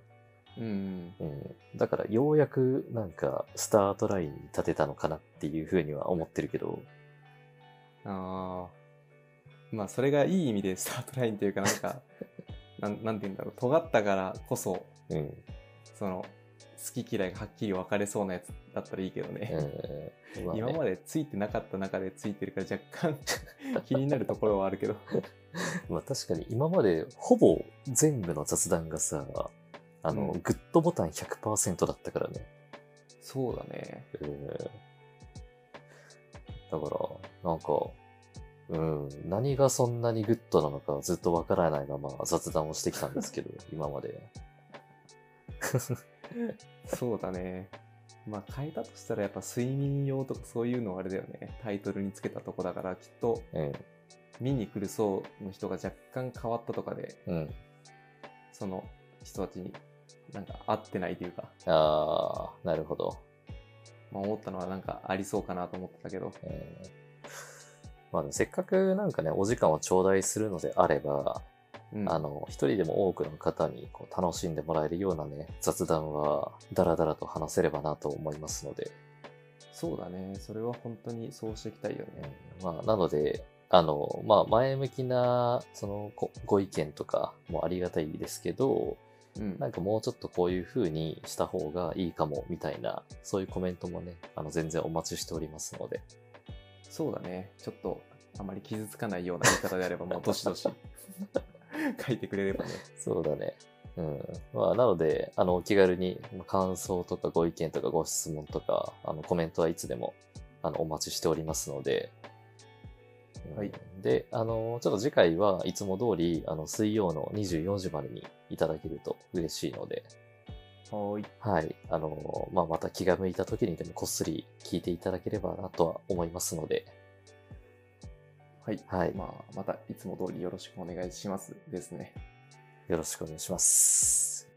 うん。
うん、だからようやくなんかスタートラインに立てたのかなっていうふうには思ってるけど、
ああ。まあ、それがいい意味でスタートラインというか、なんか、 なんなんて言うんだろう。尖ったからこそ、
うん、
その、好き嫌いがはっきり分かれそうなやつだったらいいけどね。
うんまあね
今までついてなかった中でついてるから若干 気になるところはあるけど。
まあ確かに今までほぼ全部の雑談がさ、あの、
うん
グッドボタン100%だったからね。
そうだね。
うんだから、なんか、うん、何がそんなにグッドなのかずっとわからないまま雑談をしてきたんです けど、今まで。
そうだね。まあ変えたとしたらやっぱ睡眠用とかそういうのはあれだよね。タイトルにつけたとこだからきっと
うん、
見に来る層の人が若干変わったとかで、
うん。
その人たちになんか合ってないというか、
ああ、なるほど。
まあ、思ったのはなんかありそうかなと思ってたけど。
えーまあでもせっかくなんかね、お時間を頂戴するのであれば、
うん、
あの、一人でも多くの方にこう楽しんでもらえるようなね、雑談は、だらだらと話せればなと思いますので、
そうだね。それは本当にそうしていきたいよね。
うんまあ、なので、あの、まあ、前向きな、そのご、ご意見とかもありがたいですけど、
うん
なんかもうちょっとこういう風にした方がいいかも、みたいな、そういうコメントもね、あの、全然お待ちしておりますので。
そうだね。ちょっと、あまり傷つかないような言い方であれば、もうどしどし書いてくれればね。
そうだね。うん。まあ、なので、あの、お気軽に、まあ感想とかご意見とかご質問とか、あの、コメントはいつでも、あの、お待ちしておりますので。うん
はい。
で、あの、ちょっと次回はいつも通り、あの、水曜の24時までにいただけると嬉しいので、
はーい。
はい。あの、まあ、また気が向いた時にでもこっそり聞いていただければなとは思いますので、
はい。
はい。
まあ、またいつも通りよろしくお願いしますですね。
よろしくお願いします。